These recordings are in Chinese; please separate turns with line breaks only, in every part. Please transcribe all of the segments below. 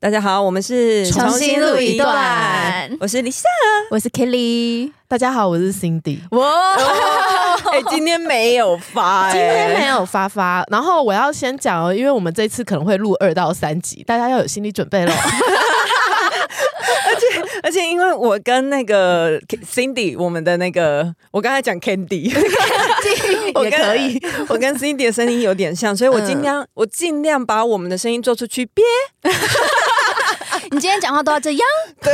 大家好，我们是
重新录一段
我是李莎。
我是 Kelly，
大家好，我是 Cindy。
哇，
哦
哎，今天没有发、哎
今天没有发发，然后我要先讲哦，因为我们这次可能会录二到三集，大家要有心理准备 喽。
而且因为我跟那个 Cindy，我们的那个，我刚才讲 Candy，我跟
也可以，嗯
我跟 Cindy 的声音有点像，所以我尽量、我尽量把我们的声音做出区别。
你今天讲话都要这样，
对，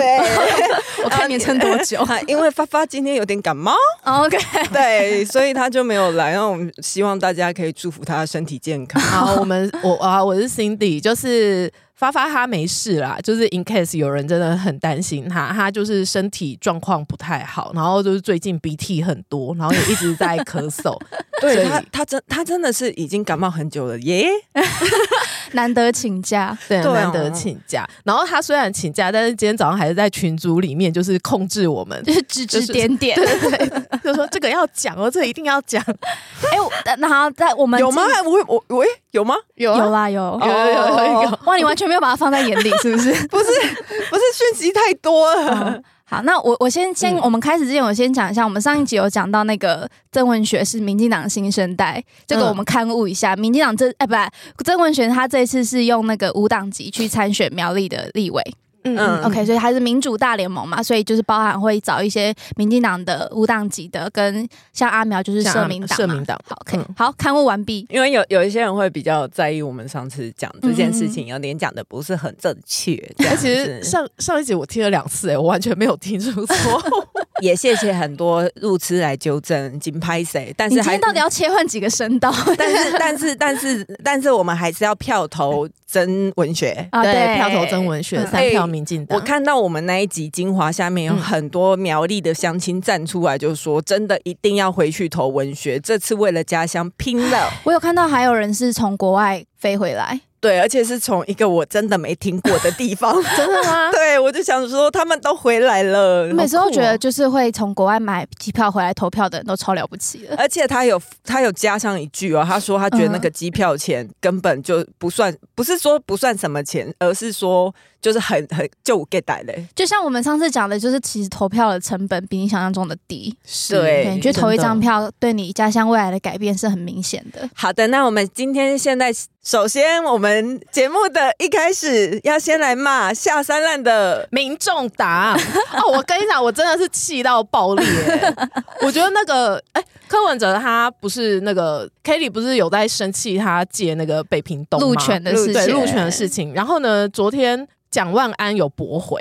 我看你撑多 久
啊因为发发今天有点感 冒，
？OK，
对，所以他就没有来。那我们希望大家可以祝福他身体健 康。
好，我们我啊，我是 Cindy，就是发发他没事啦，就是 in case 有人真的很担心他，他就是身体状况不太好，然后就是最近鼻涕很多，然后也一直在咳 嗽。所
对
以
他，他真他真的是已经感冒很久了耶。
难得请假，
对，啊
对
难
哦
得请假。然后他虽然请假，但是今天早上还是在群组里面，就是控制我 们，
就是指指点点。
就说这个要讲哦，这个一定要讲。
哎，我然后在我们
有吗？我我我诶有吗？
有啊
有啦有
有有有有，
哇，你完全没有把它放在眼里，是不是？
不是 不是讯息太多了。
好，那我我先先、
嗯
我们开始之前，我先讲一下，我们上一集有讲到那个曾文学是民进党新生代，这个
嗯
我们刊物一下，民进党这哎、不，曾文学他这次是用那个无党籍去参选苗栗的立委、
嗯
嗯
o k 所以他是民主大联盟嘛，所以就是包含会找一些民进党的无党籍的，跟像阿苗就是社民党嘛，
啊社民党
好，OK，、
嗯
好，刊物完毕，
因为有有一些人会比较在意我们上次讲这件事情，有点讲的不是很正确。这样
哎，
子
其实上上一集我听了两次、哎，我完全没有听 出错。
也谢谢很多路痴来纠正金拍谁，但
你
是
今
还
天到底要切换几个声道
但是但是但是但是我们还是要票投真文 学。
啊？
票投曾文学，
嗯
三票民进党。
我看到我们那一集精华下面有
嗯
很多苗栗的乡亲站出来，就说真的一定要回去投文学，这次为了家乡拼了。
我有看到还有人是从国外飞回来，
对，而且是从一个我真的没听过的地方，
真的 吗？
对，我就想说他们都回来了，
每次都觉
好
得
酷哦。
就是会从国外买机票回来投票的人都超了不起了。
而且他有他有加上一句哦，他说他觉得那个机票钱根本就不算，不是说不算什么钱，而是说就是很很就 get 来嘞，
就像我们上次讲的，就是其实投票的成本比你想象中的低，
是
对
对，你去投一张。
真的
票，对你家乡未来的改变是很明显的。
好的，那我们今天现在首先我们节目的一开始要先来骂下三滥的，
民众党哦，我跟你讲，我真的是气到爆裂。 哎我觉得那个哎、柯文哲他不是那个 Kelly 不是有在生气他借那个北平东吗
路权的事情
对路权的事情。然后呢，昨天蒋万安有驳回，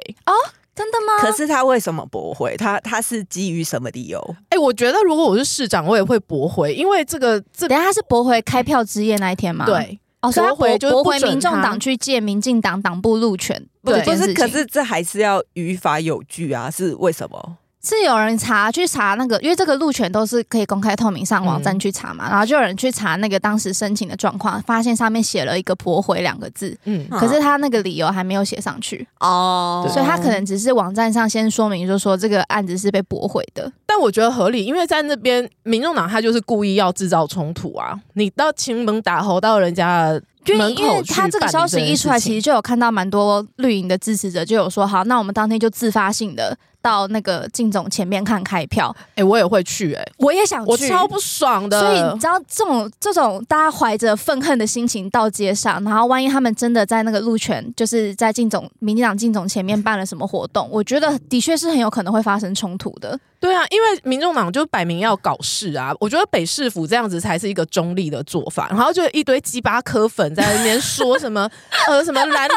真的吗？
可是他为什么驳回？他他是基于什么理由？
哎、我觉得如果我是市长，我也会驳回，因为这个这
等一下他是驳回开票之夜那一天吗？，
对
哦，所以他
驳
驳
回就是
驳
不
回
准
民众
他
党去借民进党党部路权这
对
不
件事
是，
情。
可是这还是要于法有据啊，是为什么？
是有人查去查那个，因为这个路权都是可以公开透明上网站去查
嗯
嘛，然后就有人去查那个当时申请的状况，发现上面写了一个“驳回”两个字，
嗯
嗯
可是他那个理由还没有写上去，
哦
所以他可能只是网站上先说明，就说这个案子是被驳回的。
但我觉得合理，因为在那边民众党他就是故意要制造冲突啊！你到秦门打猴到人家的
就
门
因为
口
他这个消息一出来，其实
实
就有看到蛮多绿营的支持者就有说，好，那我们当天就自发性的到那个靳总前面看开票，
哎、我也会去哎、
我也想去，
我超不爽的。
所以你知道这种这种大家怀着愤恨的心情到街上，然后万一他们真的在那个路权，就是在进总民进党进总前面办了什么活动，我觉得的确是很有可能会发生冲突的。
对啊，因为民众党就摆明要搞事啊！我觉得北市府这样子才是一个中立的做法，然后就一堆鸡巴科粉在那边说什么呃什么蓝绿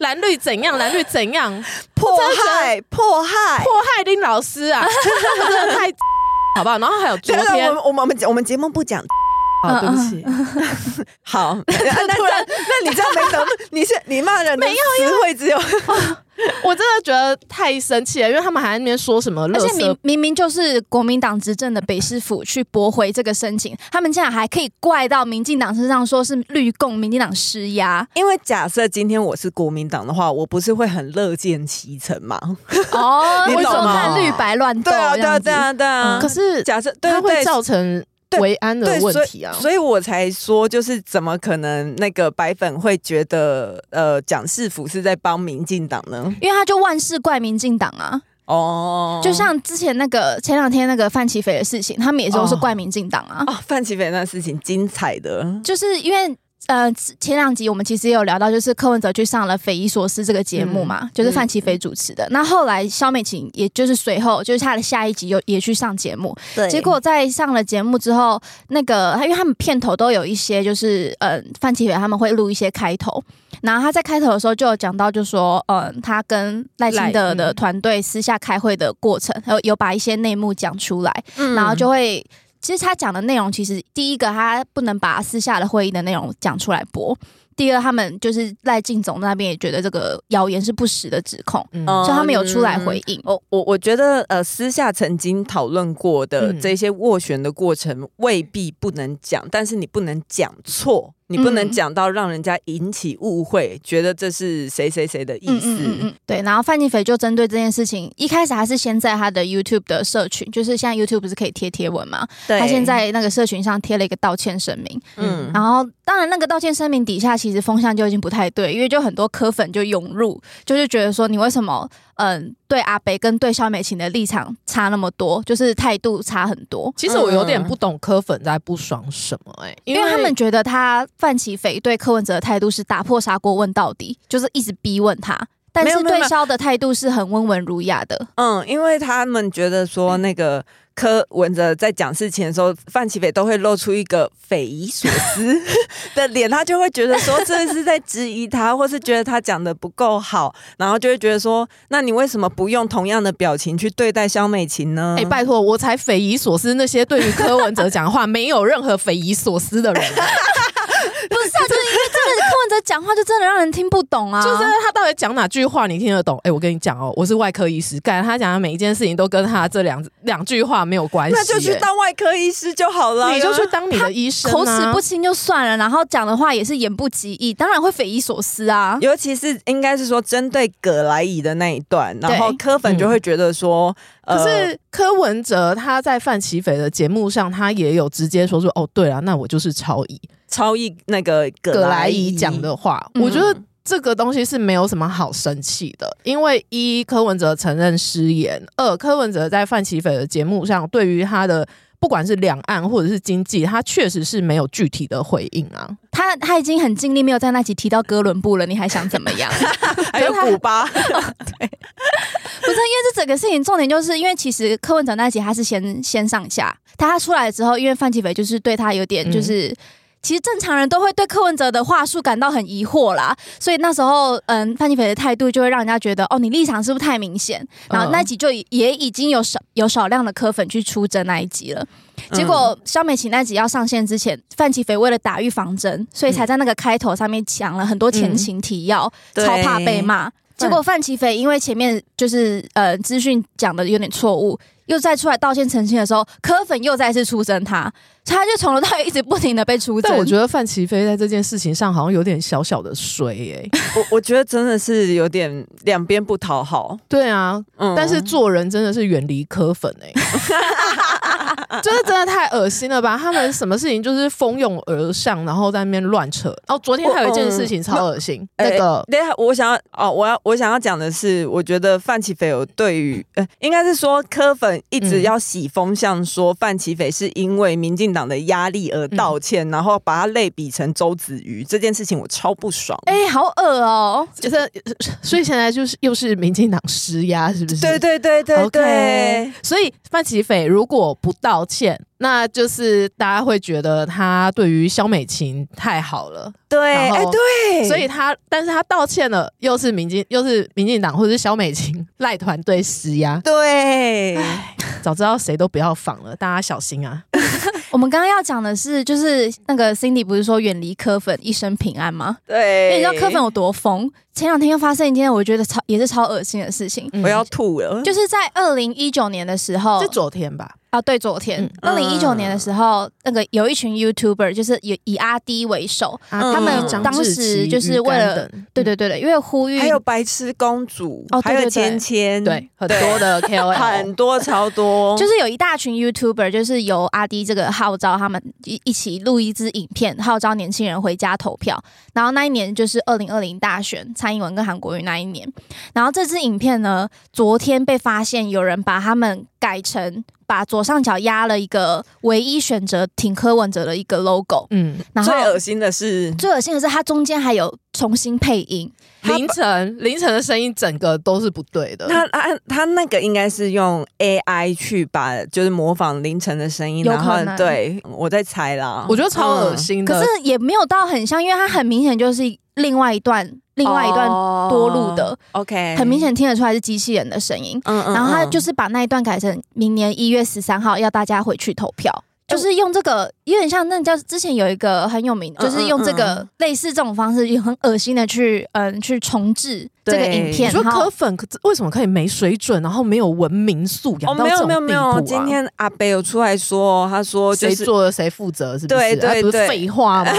蓝绿怎样蓝绿怎样
迫害迫害
迫。害丁老师啊，真的太好不好？然后还有昨
真的，
天
我们我们我们我们节目不讲嗯
啊，对不起，
好，那那
突然
那你这样没得，你是你骂人的词汇只有
我真的觉得太生气了，因为他们还在那边说什么垃
而且
圾
明明明就是国民党执政的北市府去驳回这个申请，他们竟然还可以怪到民进党身上，说是绿共民进党施压
因为假设今天我是国民党的话，我不是会很乐见其成嘛？
哦
你
为
懂
什么
吗
看绿白乱斗？
对啊，对啊，
这
对
样子
啊，对啊。
可是
假设对
它会
对
造成
对
维安的
对，
问
所
题
以
啊。
所以我才说，就是怎么可能那个白粉会觉得呃蒋市府是在帮民进党呢？
因为他就万事怪民进党啊，
哦，
就像之前那个前两天那个范琪斐的事情，他们也都是
哦
怪民进党啊，
哦范琪斐那事情精彩的，
就是因为。呃，前两集我们其实也有聊到，就是柯文哲去上了《匪夷所思》这个节目嘛，就是范琪斐主持的。那后来肖美琴，也就是随后就是她的下一集又也去上节目，
对
结果在上了节目之后，那个因为他们片头都有一些，就是呃，范琪斐他们会录一些开头，然后他在开头的时候就有讲到，就说呃，他跟赖清德
赖嗯
的团队私下开会的过程，还有有把一些内幕讲出来，
嗯
然后就会。其实他讲的内容，其实第一个他不能把私下的会议的内容讲出来播，第二他们就是赖进总那边也觉得这个谣言是不实的指控，
嗯
哦
所以他们有出来回应。
我我我觉得呃，私下曾经讨论过的
嗯
这些斡旋的过程，未必不能讲，但是你不能讲错，你不能
嗯
讲到让人家引起误会，觉得这是谁谁谁的意思。
嗯对，然后范进斐就针对这件事情，一开始他是先在他的 YouTube 的社群，就是现在 YouTube 不是可以贴贴文嘛？
对
他现在那个社群上贴了一个道歉声明，
嗯
然后当然那个道歉声明底下其实风向就已经不太对，因为就很多科粉就涌入，就是觉得说你为什么嗯对阿北跟对肖美琴的立场差那么多，就是态度差很多。
其实我有点
嗯
不懂柯粉在不爽什么哎、因
因
为
为他们觉得他范启斐对柯文哲的态度是打破砂锅问到底，就是一直逼问他，但
没有
是
没有
对
没有
肖的态度是很温文儒雅的。
嗯，因为他们觉得说那个柯文哲在讲事情的时候，范琪斐都会露出一个匪夷所思的脸，他就会觉得说这是在质疑他，或是觉得他讲的不够好，然后就会觉得说，那你为什么不用同样的表情去对待肖美琴呢？
哎、拜托，我才匪夷所思。那些对于柯文哲讲的话 没有任何匪夷所思的人，啊
不是啊，就是因为真的柯文哲讲话就真的让人听不懂啊，
就是他到底讲哪句话你听得懂？哎、我跟你讲哦，我是外科医师，感觉他讲的每一件事情都跟他这两两句话没有关系、
那就去
哎
当外科医师就好了，
你就去当你的医生、啊，
口齿不。清就算了，然后讲的话也是言不及义，当然会匪夷所思啊。
尤其是应该是说针对葛莱仪的那一段，然后
对
柯粉就会觉得说，呃
可是柯文哲他在范琪斐的节目上，他也有直接说出哦，对啊，那我就是超译
超译那个葛
葛
莱
莱
仪
仪讲的话，
嗯
我觉得这个东西是没有什么好生气的，因为一柯文哲承认失言，二柯文哲在范琪斐的节目上对于他的。不管是两岸或者是经济，他确实是没有具体的回应啊。
他他已经很尽力，没有在那集提到哥伦布了，你还想怎么样？
还有
可是他
古巴，
不是，因为这整个事情重点就是因为其实柯文哲那集他是先先上架，但他出来之后，因为范琪斐就是对他有点就是。其实正常人都会对柯文哲的话术感到很疑惑啦，所以那时候，嗯，范琪斐的态度就会让人家觉得，哦，你立场是不是太明显？然后那集就也已经有少有少量的柯粉去出征那一集了。结果肖美琴那集要上线之前，范琪斐为了打预防针，所以才在那个开头上面讲了很多前情提要，
对
超怕被骂。结果范琪斐因为前面就是呃资讯讲的有点错误，又再出来道歉澄清的时候，柯粉又再次出征他，所以他就从头到尾一直不停的被出征。
但我觉得范琪斐在这件事情上好像有点小小的衰欸耶、
我我觉得真的是有点两边不讨好，
对啊，
嗯
但是做人真的是远离柯粉 哎、就是真的太恶心了吧？他们什么事情就是蜂拥而上，然后在那边乱扯。哦，昨天还有一件事情超恶心，
嗯
那个
对啊，我想要哦，我要我想要讲的是，我觉得范琪斐有对于呃，应该是说柯粉一直
嗯
要洗风向，说范琪斐是因为民进党的压力而道歉，然后把他类比成周子瑜这件事情，我超不爽。
哎、好恶哦、
就是，呃所以现在就是又是民进党施压，是不是？
对对对对
OK
对，
所以范琪斐如果不道歉，那就是大家会觉得他对于肖美琴太好了，
对，
然后
哎对，
所以他，但是他道歉了，又是民进，又是民进党或者是肖美琴 赖团队施压。
对，
早知道谁都不要仿了，大家小心啊！
我们刚刚要讲的是，就是那个 Cindy 不是说远离柯粉，一生平安吗？因
对，
为你知道柯粉有多疯，前两天又发生一件我觉得超也是超恶心的事情，
我要吐了，
就是在二零一九年的时候
嗯哦是，昨天吧？
啊，对，昨天
嗯
二零一九年的时候，那个有一群 YouTuber 就是以以阿 D 为首，
嗯
啊他们
张
当
志
时
奇
就是
鱼
为
干
了嗯
对对对对，因为呼吁
还有白痴公主，
哦对
还有
对对哦
芊芊，
对很多的 KOL，
很多超多，
就是有一大群 YouTuber，就是由阿 D 这个号召他们一一起录一支影片，号召年轻人回家投票。然后那一年就是二零二零大选，蔡英文跟韩国瑜那一年。然后这支影片呢，昨天被发现有人把他们改成把左上角压了一个唯一选择挺柯文哲的一个 logo，
嗯，
然后
最恶心的是，
最恶心的是它中间还有重新配音，
他
凌晨凌晨的声音整个都是不对的，
他他他那个应该是用 AI 去把，就是模仿凌晨的声音，
有
然后
可能
对我在猜啦，
我觉得超恶
嗯。
心的。
可是也没有到很像，因为它很明显就是另外一段另外一段多路的。
哦，OK，
很明，显听得出来是机器人的声音。
嗯嗯，
然后他就是是把那一段改成明年一月十三号要大家回去投票，
哦
就是用这个有点像那叫之前有一个很有名，
嗯
就是用这
嗯
个类似这种方式，也很恶心的去嗯去重置这个
对
影
你
片。
说
然后
柯粉可为什么可以没水准，然后没有文明素
哦，
养到
没
这
有
种
没有
地步
没有
啊，？
今天阿北有出来说，他说就
谁
是
做了谁负责，是不是？
对对
啊不
对
是废 话吗？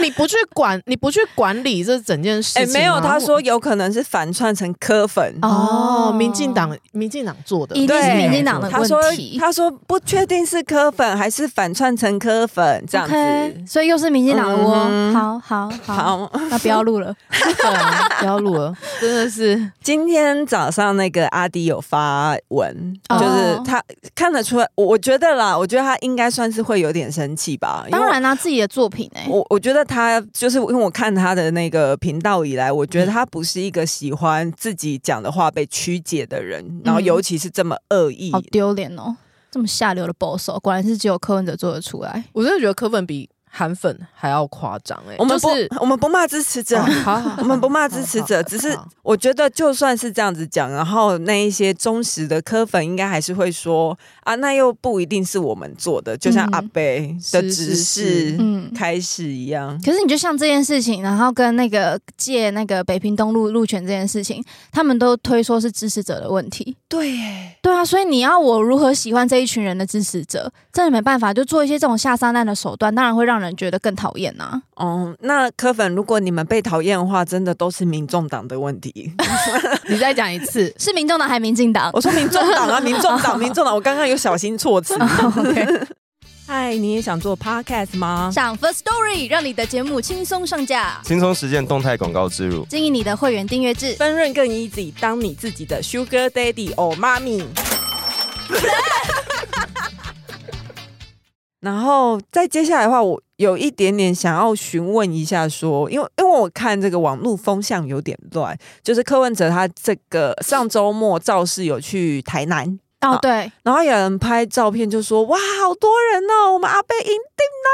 你不去管，你不去管理这整件事
哎
情吗，
没
啊
有，他说有可能是反串成柯粉。
哦，民进党，民进党做的，
一定
是
民进党的
他
问
说：“
题
他说不确定是柯粉还是反串成柯粉这样子。
OK，所以又是民进党的窝
嗯。
好好好，
好，
那不要录了。
对啊，不要录了，真的是
今天早上那个阿迪有发文，
哦
就是他看得出来，我我觉得啦，我觉得他应该算是会有点生气吧。因为
当然啦，自己的作品哎，
我，我我觉得他就是因为我看他的那个频道以来，我觉得
嗯
他不是一个喜欢自己讲的话被曲解的人，然后尤其是这么恶意。
好丢脸嗯哦，这么下流的 boss，哦果然是只有柯文哲做得出来。
我真的觉得柯粉比韩粉还要夸张哎，
我们不、
就是
我们不骂支 持者，
哦好好好
我们不骂支持者，
好好
只是
好
我觉得就算是这样子讲，然后那一些忠实的科粉应该还是会说啊，那又不一定是我们做的，就像
嗯
阿贝的
是
指
是
示
是
嗯，
开始一样。
可是你就像这件事情，然后跟那个借那个北平东路路权这件事情，他们都推说是支持者的问题。
对耶，
对啊，所以你要我如何喜欢这一群人的支持者，真的没办法，就做一些这种下三滥的手段，当然会让人觉得更讨厌啊呐。
哦，那科粉，如果你们被讨厌的话，真的都是民众党的问题。
你再讲一次，
是民众党还民进党
我？说民众党啊，民众党，民众党，我刚刚有小心措辞。
OK
嗨，你也想做 podcast 吗？
上 First Story 让你的节目轻松上架，
轻松实践动态广告植入。
经营你的会员订阅制。
分润更 easy，当你自己的 sugar daddy 或妈咪。然后再接下来的话，我有一点点想要询问一下说因为因为我看这个网络风向有点乱，就是柯文哲他这个上周末肇事有去台南，
哦，对，
然后有人拍照片就说哇，好多人哦，我们阿贝赢定了。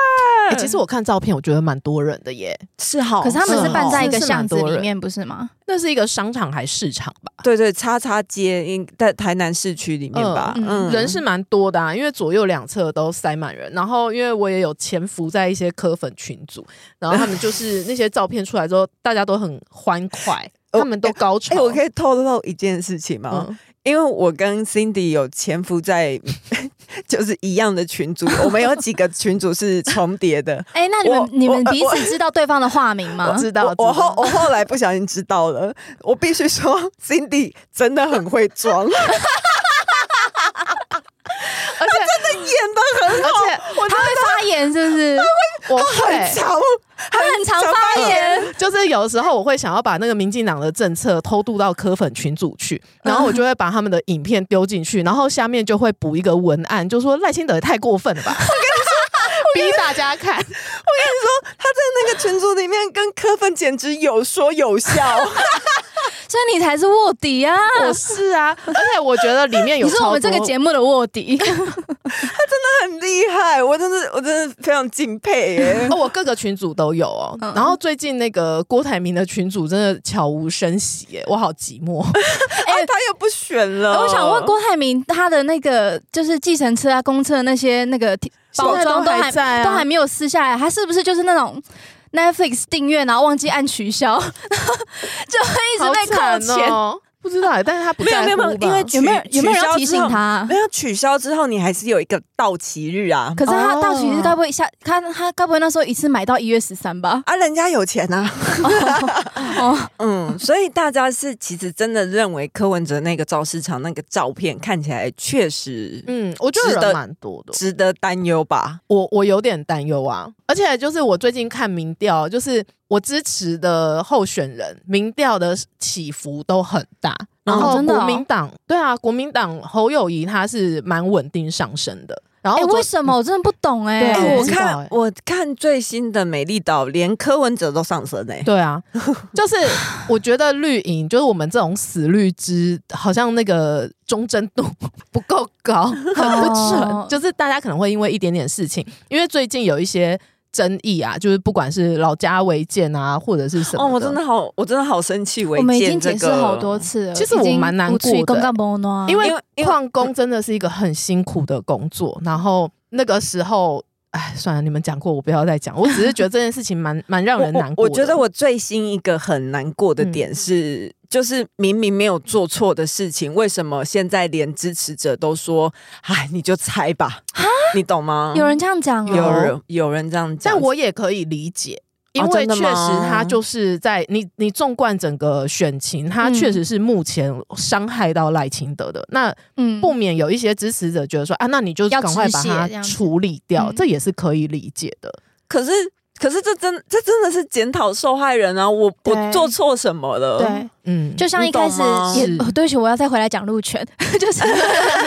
哎其实我看照片，我觉得蛮多人的耶，
是好，
可是他们是
齁
办在一个
哦是是
巷
蛮
子
多
里
人
面，不是吗？
那是一个商场还市场吧？
对对叉叉街，应在台南市区里面吧，
嗯嗯
人是蛮多的啊，因为左右两侧都塞满人。然后因为我也有潜伏在一些科粉群组，然后他们就是 那些照片出来之后，大家都很欢快，
哦
他们都高潮。
哎、我可以透露一件事情吗？
嗯，
因为我跟 Cindy 有潜伏在 就是一样的群组，我们有几个群组是重叠 的。
哎、那你
我
们你
我
们
呃
彼
我
此知道对方的化名吗
啊我？知道，
我我
知道
后我后来不小心知道了，我必须说 Cindy 真的很会装， 演
而
的很
且而
他会发言是不 是？
且我会
很。潮，
他很常发言，
就是有时候我会想要把那个民进党的政策偷渡到科粉群组去，然后我就会把他们的影片丢进去，然后下面就会补一个文案，就说赖清德也太过分了吧。 逼大家看，
他在那个群组里面跟柯粉简直有说有笑。
所以你才是卧底啊！
我是啊，而且我觉得里面有
你是我们
哎超
这
多
个节目的卧 底，
很厉害，我真的我真的非常敬佩耶。
哦，我各个群组都有哦。
嗯
然后最近那个郭台铭的群组真的悄无声息耶，我好寂 寞。
哎、他又不选了。
哎我
呃
想问郭台铭，他的那个就是计程车啊、公车那些那个包
现在
装
都
都
还
还
在啊
都还没有撕下来，他是不是就是那种 Netflix 订阅然后忘记按取消，就会一直被扣
好惨
钱？
哦。不知道欸，但是他不
没有
在
没有没有
乎吧
因为
有没有有没有人要提醒
取消之后
他
没？有取消之后，你还是有一个到期日啊。
可是他到期
哦
是该不会下他他该不会那时候一次买到一月十三 吧？
啊，人家有钱啊，
哦，
嗯，所以大家是其实真的认为柯文哲那个造市场那个照片看起来确实
嗯，我觉
值
得
得
人蛮多的，
值得担忧吧？
我我有点担忧啊，而且就是我最近看民调，就是我支持的候选人民调的起伏都很大，然
哦
后
真的哦
国民党、对啊，国民党侯友谊他是蛮稳定上升的，然后
哎，
哦我昨
为什么我真的不懂哎、
对啊
哎，我
我知道
看
哎
我看最新的美丽岛，连柯文哲都上升哎、
对啊，就是我觉得绿营就是我们这种死绿之，好像那个忠贞度 不够高，很不
哦
纯。就是大家可能会因为一点点事情，因为最近有一些争议啊，就是不管是老家违建啊，或者是什么
哦，我真的好，我真的好生气，违
我们已
建
经
这
解释
个。
好多次了，
其实我蛮难过的
公告不暖
因为
因为因为
矿工真的是一个很辛苦的工作，然后那个时候。哎，算了，你们讲过，我不要再讲。我只是觉得这件事情蛮蛮让人难
我
过
我。
的
我觉得我最新一个很难过的点是，就是明明没有做错的事情，为什么现在连支持者都说：“哎，你就猜吧。”你懂吗？
有人这样讲、哦，
有人有人这样讲，
但我也可以理解，因为
真的
确实
吗
他就是在你你纵观整个选情，他
嗯
确实是目前伤害到赖清德的，那
嗯
不免有一些支持者觉得说啊，那你就
要
赶快把
止血
它
这样子
处理掉，
嗯
这也是可以理解的。
可是可是这真这真的是检讨受害人啊！我
对
我做错什么了？
对。
嗯，
就像一开始
你懂吗
也
是，
哦对不起，我要再回来讲路权， 就是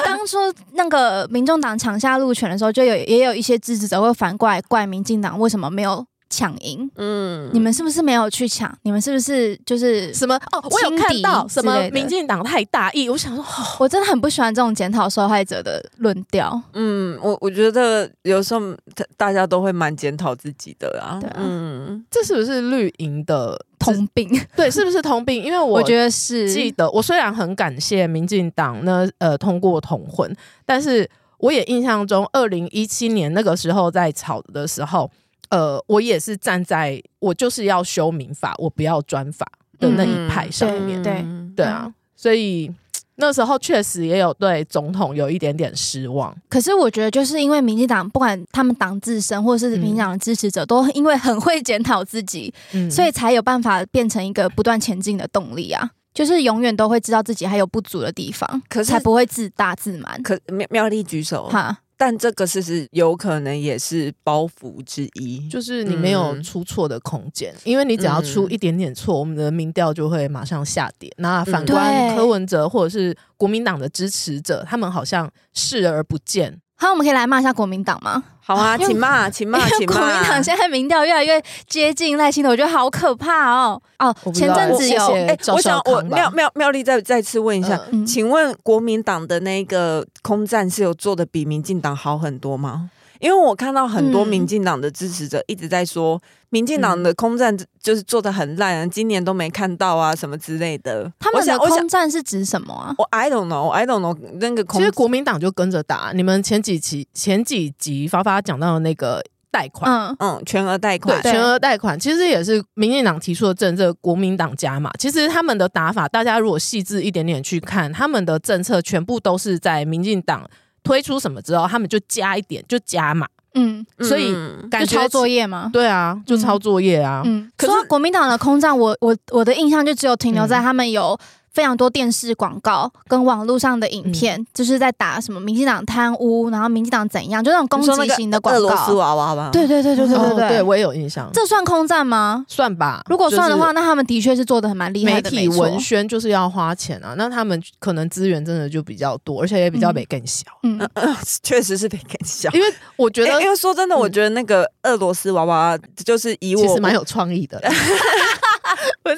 当初那个民众党抢下路权的时候，就有也有一些支持者会反过来怪民进党为什么没有抢赢，
嗯，
你们是不是没有去抢？你们是不是就是？
什么哦，我有
轻
看
敌
到
之
什么
类的
民进党太大意，我想说，哦
我真的很不喜欢这种检讨受害者的论调。
嗯，我我觉得有时候大大家都会蛮检讨自己的啦。
对啊
嗯，
这是不是绿营的
通病，
对，是不是通病？因为
我
我
觉得是
记得，我虽然很感谢民进党呢，呃，通过同婚，但是我也印象中，二零一七年那个时候在吵的时候，呃，我也是站在我就是要修民法，我不要专法的那一派上面。
嗯对
对啊，所以那时候确实也有对总统有一点点失望。
可是我觉得，就是因为民进党不管他们党自身或者是民进党的支持者，都因为很会检讨自己，
嗯，
所以才有办法变成一个不断前进的动力啊！就是永远都会知道自己还有不足的地方，
可是哦
才不会自大自满。
可妙妙丽举手，
哈，
但这个事实有可能也是包袱之一。
就是你没有
嗯
出错的空间，因为你只要出
嗯
一点点错，我们的民调就会马上下跌。那反
嗯
观
对
柯文哲或者是国民党的支持者，他们好像视而不见。
好，我们可以来骂一下国民党吗？
好啊，
因为
请骂，请
因
骂，
为
请
国民
骂
党。现在民调越来越接近赖清德，我觉得好可怕哦！哦
我，不知
前
道
阵子
谢
有
谢
哎
赵
我
少
想我
康吧
妙妙妙丽再再次问一下，
嗯
嗯
请问国民党的那个空战是有做的比民进党好很多吗？因为我看到很多
嗯
民进党的支持者一直在说，
嗯
民进党的空战就是做的很烂啊，今年都没看到啊，什么之类的。
他
我
们的
想，我想，
空战是指什么啊？
我 I don't know，I don't know 那个空
其实国民党就跟着打。你们前几期前几集发发讲到的那个贷款。
嗯，
嗯全额贷款，
对全额贷款其实也是民进党提出的政策，国民党加码。其实他们的打法，大家如果细致一点点去看，他们的政策全部都是在民进党推出什么之后，他们就加一点，就加码。
嗯，
嗯
所以
就
感觉
抄作业吗？
对啊，就抄作业啊。
嗯，
可
可
是
是国民党的空战，我我我的印象就只有
嗯
停留在他们有非常多电视广告跟网络上的影片，
嗯
就是在打什么民进党贪污，然后民进党怎样，就那种攻
你说那
击
个
型的广
俄罗斯
告。
娃娃吧，
对对对对对对
啊哦
对，
对我也有印象。
这算空战吗？
算吧，
如果算的
就
话，
是
那他们的确是做的很蛮厉害
媒
的，
体
没错
文宣就是要花钱啊，那他们可能资源真的就比较多，而且也比较
嗯
没更小。
嗯，
确实是被感笑。
因为我觉得
哎
因为说真的，
嗯
我觉得那个俄罗斯娃娃就是以我
其实蛮有创意的啦，
不是，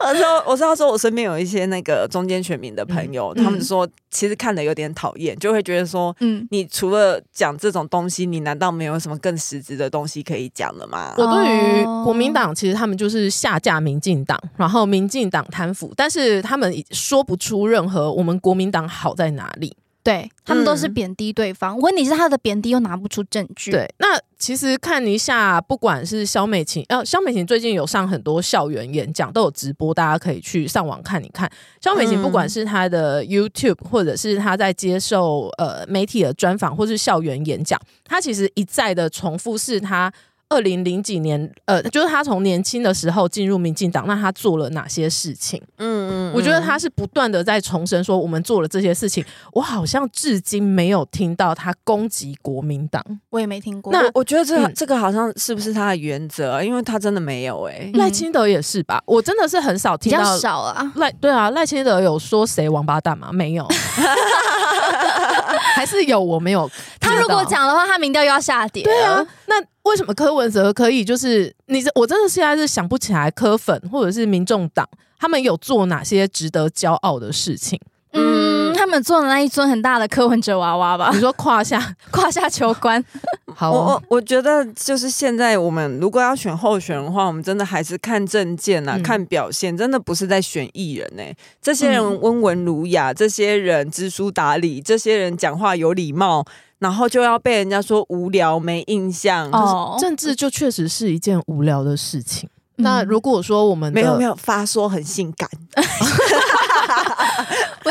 我呃说我是要说，我身边有一些那个中间选民的朋友，
嗯
他们说其实看的有点讨厌，就会觉得说，
嗯，
你除了讲这种东西，你难道没有什么更实质的东西可以讲了吗？
我对于
哦
国民党，其实他们就是下架民进党，然后民进党贪腐，但是他们说不出任何我们国民党好在哪里。
对他们都是
嗯
贬低对方。问题是他的贬低又拿不出证据。
对，那其实看一下，不管是肖美琴，呃，肖美琴最近有上很多校园演讲，都有直播，大家可以去上网看一看。肖美琴
嗯
不管是她的 YouTube，或者是她在接受呃媒体的专访，或是校园演讲，她其实一再的重复是她。二零零几年，呃，就是她从年轻的时候进入民进党，那她做了哪些事情？
嗯嗯，
我觉得他是不断的在重申说，我们做了这些事情，我好像至今没有听到他攻击国民党。
我也没听过。
那
我我觉得这个、
嗯
这个好像是不是他的原则啊？因为他真的没有哎、
嗯
赖清德也是吧？我真的是很少
比
听
较
到
少啊。
赖对啊，赖清德有说谁王八蛋 吗？没有，还是有我没有听到。
他如果讲的话，他民调又要下跌。
对啊，，那为什么柯文哲可以就是你这我真的现在是想不起来柯粉或者是民众党他们有做哪些值得骄傲的事情？
嗯，他们做的那一尊很大的柯文哲娃娃吧
比，如说胯下，
胯下求官。
好、
我
哦，
我我觉得就是现在我们如果要选候选人的话，我们真的还是看证件啊，
嗯
看表现，真的不是在选艺人呢、这些人
嗯
温文儒雅，这些人知书达理，这些人讲话有礼貌，然后就要被人家说无聊没印象。
哦，
政治就确实是一件无聊的事情。
嗯
那如果说我们的
没有没有发说很性感，
不是因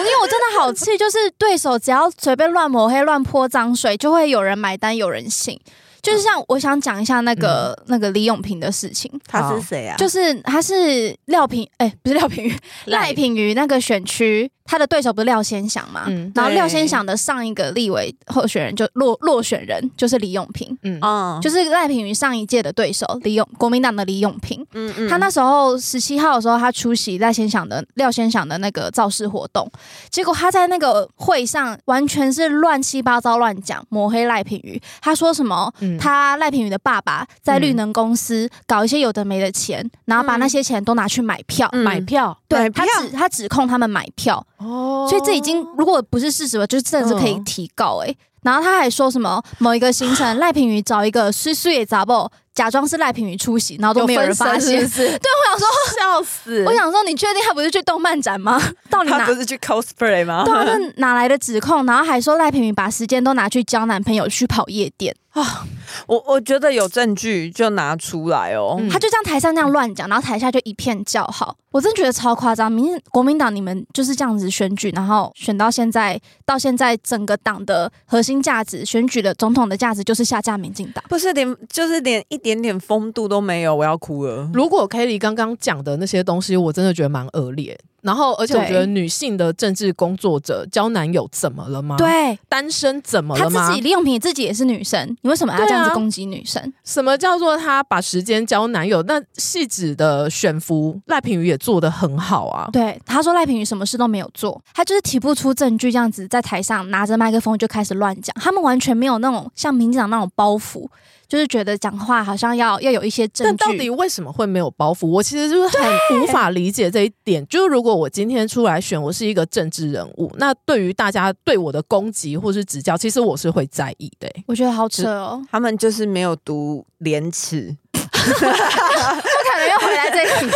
为我真的好气，就是对手只要随便乱抹黑、乱泼脏水，就会有人买单，有人信。就是像我想讲一下那个、
嗯
那个李永平的事情，
他
好
是谁啊？
哦就是他是廖品，哎、不是廖 品瑜，赖品瑜那个选区，他的对手不是廖先祥嘛？
嗯
然后
对
廖先祥的上一个立委候选人就落落选人就是李永平，
嗯
嗯
就是赖品瑜上一届的对手李永国民党的李永平。
嗯嗯
他那时候十七号的时候，他出席赖先祥的廖先祥的那个造势活动，结果他在那个会上完全是乱七八糟乱讲，抹黑赖品瑜。他说什么？
嗯
他赖品宇的爸爸在绿
嗯
能公司搞一些有的没的钱，然后把
嗯
那些钱都拿去买票。
嗯
买票
对
买
他
票
指他指控他们买票，
哦
所以这已经如果不是事实了，就是真的是可以
嗯
提告诶、然后他还说什么某一个行程赖品宇找一个碎碎的杂报，假装是赖品宇出席，
哦
然后都没有人发现。
对，我
想
说笑死，
我想说，你确定他不是去动漫展吗？ 到底
他
哪
不是去 cosplay 吗？
对啊，这哪来的指控？然后还说赖品宇把时间都拿去交男朋友，去跑夜店。
我我觉得有证据就拿出来哦。
嗯
他就这样台上这样乱讲，然后台下就一片叫好，我真觉得超夸张。民国民党你们就是这样子选举，然后选到现在，到现在整个党的核心价值，选举的总统的价值就是下架民进党。
不是连就是连一点点风度都没有，我要哭了。
如果 Kelly 刚刚讲的那些东西，我真的觉得蛮恶劣。然后，而且我
对
觉得女性的政治工作者交男友怎么了吗？，
对
单身怎么
他
了
自
吗
己？李永平自己也是女生，你为什么要这样
对
子
啊
攻击女生？
什么叫做她把时间交男友？那戏子的选服赖品妤也做得很好啊。
对，他说赖品妤什么事都没有做，他就是提不出证据，这样子在台上拿着麦克风就开始乱讲，他们完全没有那种像民进党那种包袱，就是觉得讲话好像要要有一些证
但
据。
到底为什么会没有包袱？我其实就是很无法理解这一点。就是如果我今天出来选，我是一个政治人物，那对于大家对我的攻击或是指教，其实我是会在意的欸、
我觉得好扯 哦，
他们就是没有读廉耻，
不可能又回来这一题。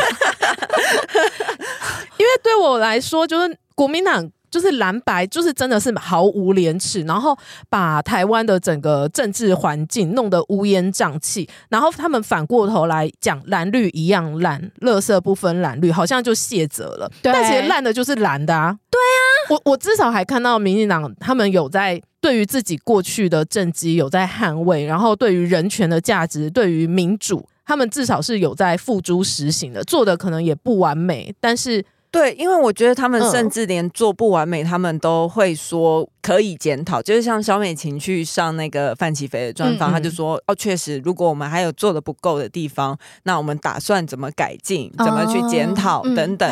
因为对我来说，就是国民党就是蓝白，就是真的是毫无廉耻，然后把台湾的整个政治环境弄得乌烟瘴气，然后他们反过头来讲蓝绿一样烂，垃圾不分蓝绿，好像就卸责了。
对
但其实烂的就是蓝的啊。对啊，我我至少还看到民进党他们有在。对于自己过去的政绩有在捍卫，然后对于人权的价值，对于民主，他们至少是有在付诸实行的，做的可能也不完美，但是
对，因为我觉得他们
嗯
甚至连做不完美，他们都会说可以检讨。就是像小美琴去上那个范琪斐的专访，
嗯嗯
她就说：“哦，确实，如果我们还有做的不够的地方，那我们打算怎么改进，怎么去检讨、
嗯
等等。”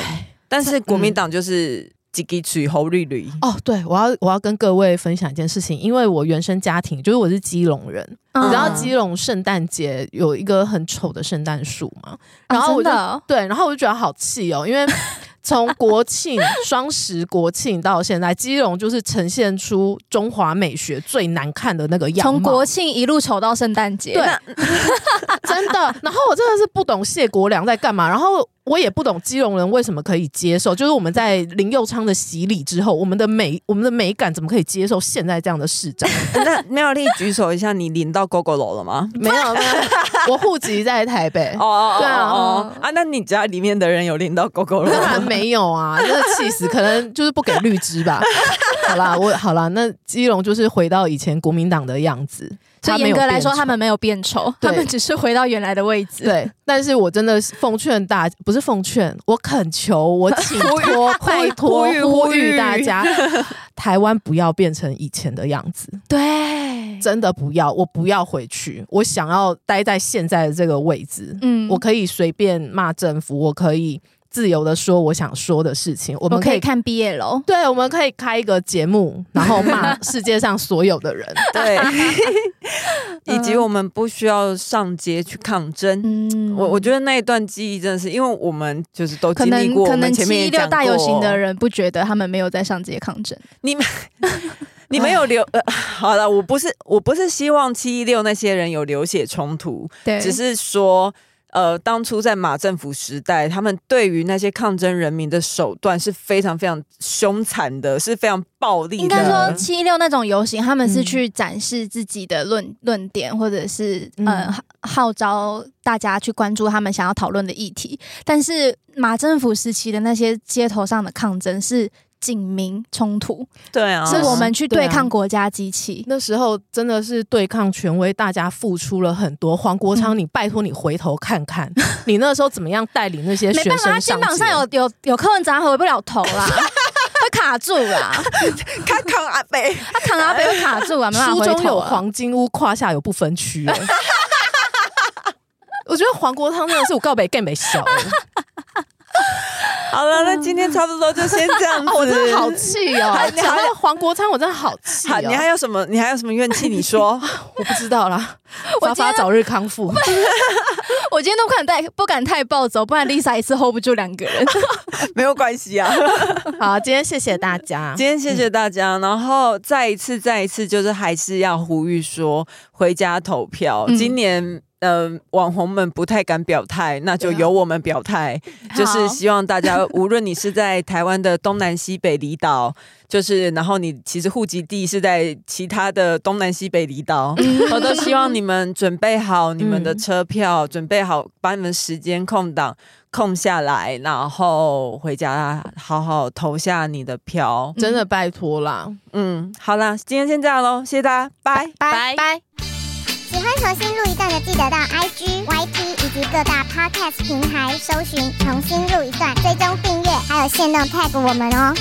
但是国民党就是几滴水喉绿绿，
哦，对，我要我要跟各位分享一件事情，因为我原生家庭就是我是基隆人，
嗯
你知
然
道
后
基隆圣诞节有一个很丑的圣诞树吗？然后我就
真的哦
对，然后我就觉得好气哦，因为从国庆、 双十国庆到现在，基隆就是呈现出中华美学最难看的那个样貌，
从国庆一路丑到圣诞节，
对，真的。然后我真的是不懂谢国良在干嘛。然后我也不懂基隆人为什么可以接受，就是我们在林佑昌的洗礼之后，我们的美我们的美感怎么可以接受现在这样的市长？
那妙丽举手一下，你领到 GoGo 楼了 吗？
没有，没 有我户籍在台北
哦，哦
对啊
哦啊，那你家里面的人有领到 GoGo 楼
当
吗
然？没有啊，真的气死，可能就是不给绿枝吧。好啦，我好啦，那基隆就是回到以前国民党的样子，
所
他
以
没
严
有
格来
变
说，
丑
他们没有变丑，
对
他们只是回到原来的位置。
对，但是我真的是奉劝大，不是奉劝，我恳求，我请托，拜托，
呼吁
呼
呼吁
吁 大家，台湾不要变成以前的样子，
对，
真的不要，我不要回去，我想要待在现在的这个位置，
嗯
我可以随便骂政府，我可以自由的说我想说的事情，我
我
们
可
可
以
以。
看毕业楼。
对，我们可以开一个节目，然后 骂世界上所有的人。
对，以及我们不需要上街去抗争。
嗯
我我觉得那一段记忆真的是，因为我们就是都
可
经历
能
过，
可
我
能
们前面
七
也
一
讲
六
过
大游行的人不觉得他们没有在上街抗争，
你们有流、呃、好了，我不是我不是希望七一六那些人有流血冲突，
对，
只是说。呃，当初在马政府时代，他们对于那些抗争人民的手段是非常非常凶残的，是非常暴力的。
应该说七一六那种游行，他们是
嗯
去展示自己的论论点，或者是
嗯
呃号号召大家去关注他们想要讨论的议题。但是马政府时期的那些街头上的抗争是警民冲突，
对啊，
是我 们去对
对啊
抗国家机器。
那时候真的是对抗权威，大家付出了很多。黄国昌，
嗯
你拜托你回头看 看，你那时候怎么样带领那些
没
学
办法，他啊
生
肩
上
膀上
街
有有有柯文哲，啊他回不了头啦， 会卡住啦，
看抗阿北，
他扛阿北会卡住啊，没办法
书
回头啊
中有黄金屋，胯下有不分 区、欸。我觉得黄国昌真的是我告白更没 笑、欸，
好了，那今天差不多就先这 样
哦
子。
我真的好气哦、
还
讲到黄国昌，我真的好气哦、
好，你还有什么？你还有什么怨气？你说。
我不知道啦，
我
发
今
发
天
早日康复。
我今天都不敢太不敢太暴走，不然 Lisa 一次 hold 不住两个人。
没有关系啊。
好，今天谢谢大家。
今天谢谢大家，然后再一次再一次，就是还是要呼吁说回家投票。
嗯
今年。呃，网红们不太敢表态，那就
对啊
由我们表态。就是
好
希望大家，无论你是在台湾的东南西北离岛，就是然后你其实户籍地是在其他的东南西北离岛，我都希望你们准备好你们的车票，准备好把你们时间空档空下来，然后回家好好投下你的票。
真的拜托啦，
嗯，好啦，今天先这样喽，谢谢大家，拜。
拜拜。
喜欢重新录一段的，记得到 IG、YT 以及各大 Podcast 平台搜寻“重新录一段”，追踪订阅，还有限定 tag 我们哦。